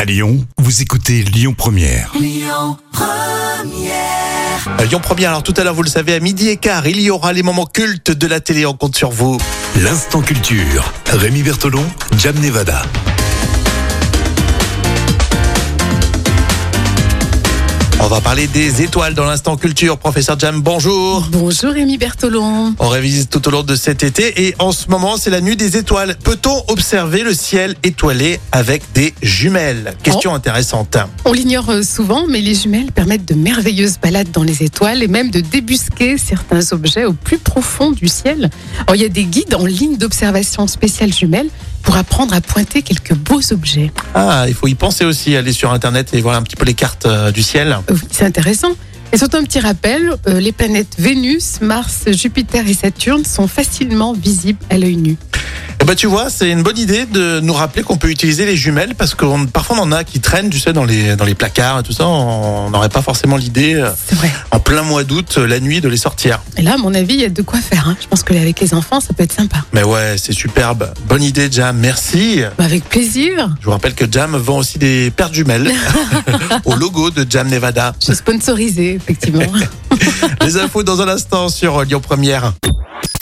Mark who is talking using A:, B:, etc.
A: À Lyon, vous écoutez Lyon Première.
B: Euh, Lyon Première, alors tout à l'heure, vous le savez, à midi et quart, il y aura les moments cultes de la télé. On compte sur vous.
A: L'instant culture. Rémi Bertolon, Jam Nevada.
B: On va parler des étoiles dans l'instant culture. Professeur Jam, bonjour.
C: Bonjour Rémi Bertolon.
B: On révise tout au long de cet été et en ce moment, c'est la nuit des étoiles. Peut-on observer le ciel étoilé avec des jumelles Question
C: Oh.
B: intéressante.
C: On l'ignore euh, souvent, mais les jumelles permettent de merveilleuses balades dans les étoiles et même de débusquer certains objets au plus profond du ciel. Alors, il y a des guides en ligne d'observation spéciale jumelles pour apprendre à pointer quelques beaux objets.
B: Ah, il faut y penser aussi, aller sur Internet et voir un petit peu les cartes euh, du ciel.
C: Euh, oui, c'est intéressant. Et surtout un petit rappel, euh, les planètes Vénus, Mars, Jupiter et Saturne sont facilement visibles à l'œil nu.
B: Eh ben, tu vois, c'est une bonne idée de nous rappeler qu'on peut utiliser les jumelles parce que parfois on en a qui traînent, tu sais, dans les, dans les placards et tout ça. On n'aurait pas forcément l'idée euh,
C: C'est vrai.
B: en plein mois d'août, euh, la nuit, de les sortir.
C: Et là, à mon avis, il y a de quoi faire. hein. Je pense que avec les enfants, ça peut être sympa.
B: Mais ouais, c'est superbe. Bonne idée, Jam. Merci.
C: Bah, avec plaisir.
B: Je vous rappelle que Jam vend aussi des paires de jumelles au logo de Jam Nevada.
C: Je suis sponsorisée, effectivement.
B: Les infos dans un instant sur euh, Lyon Première.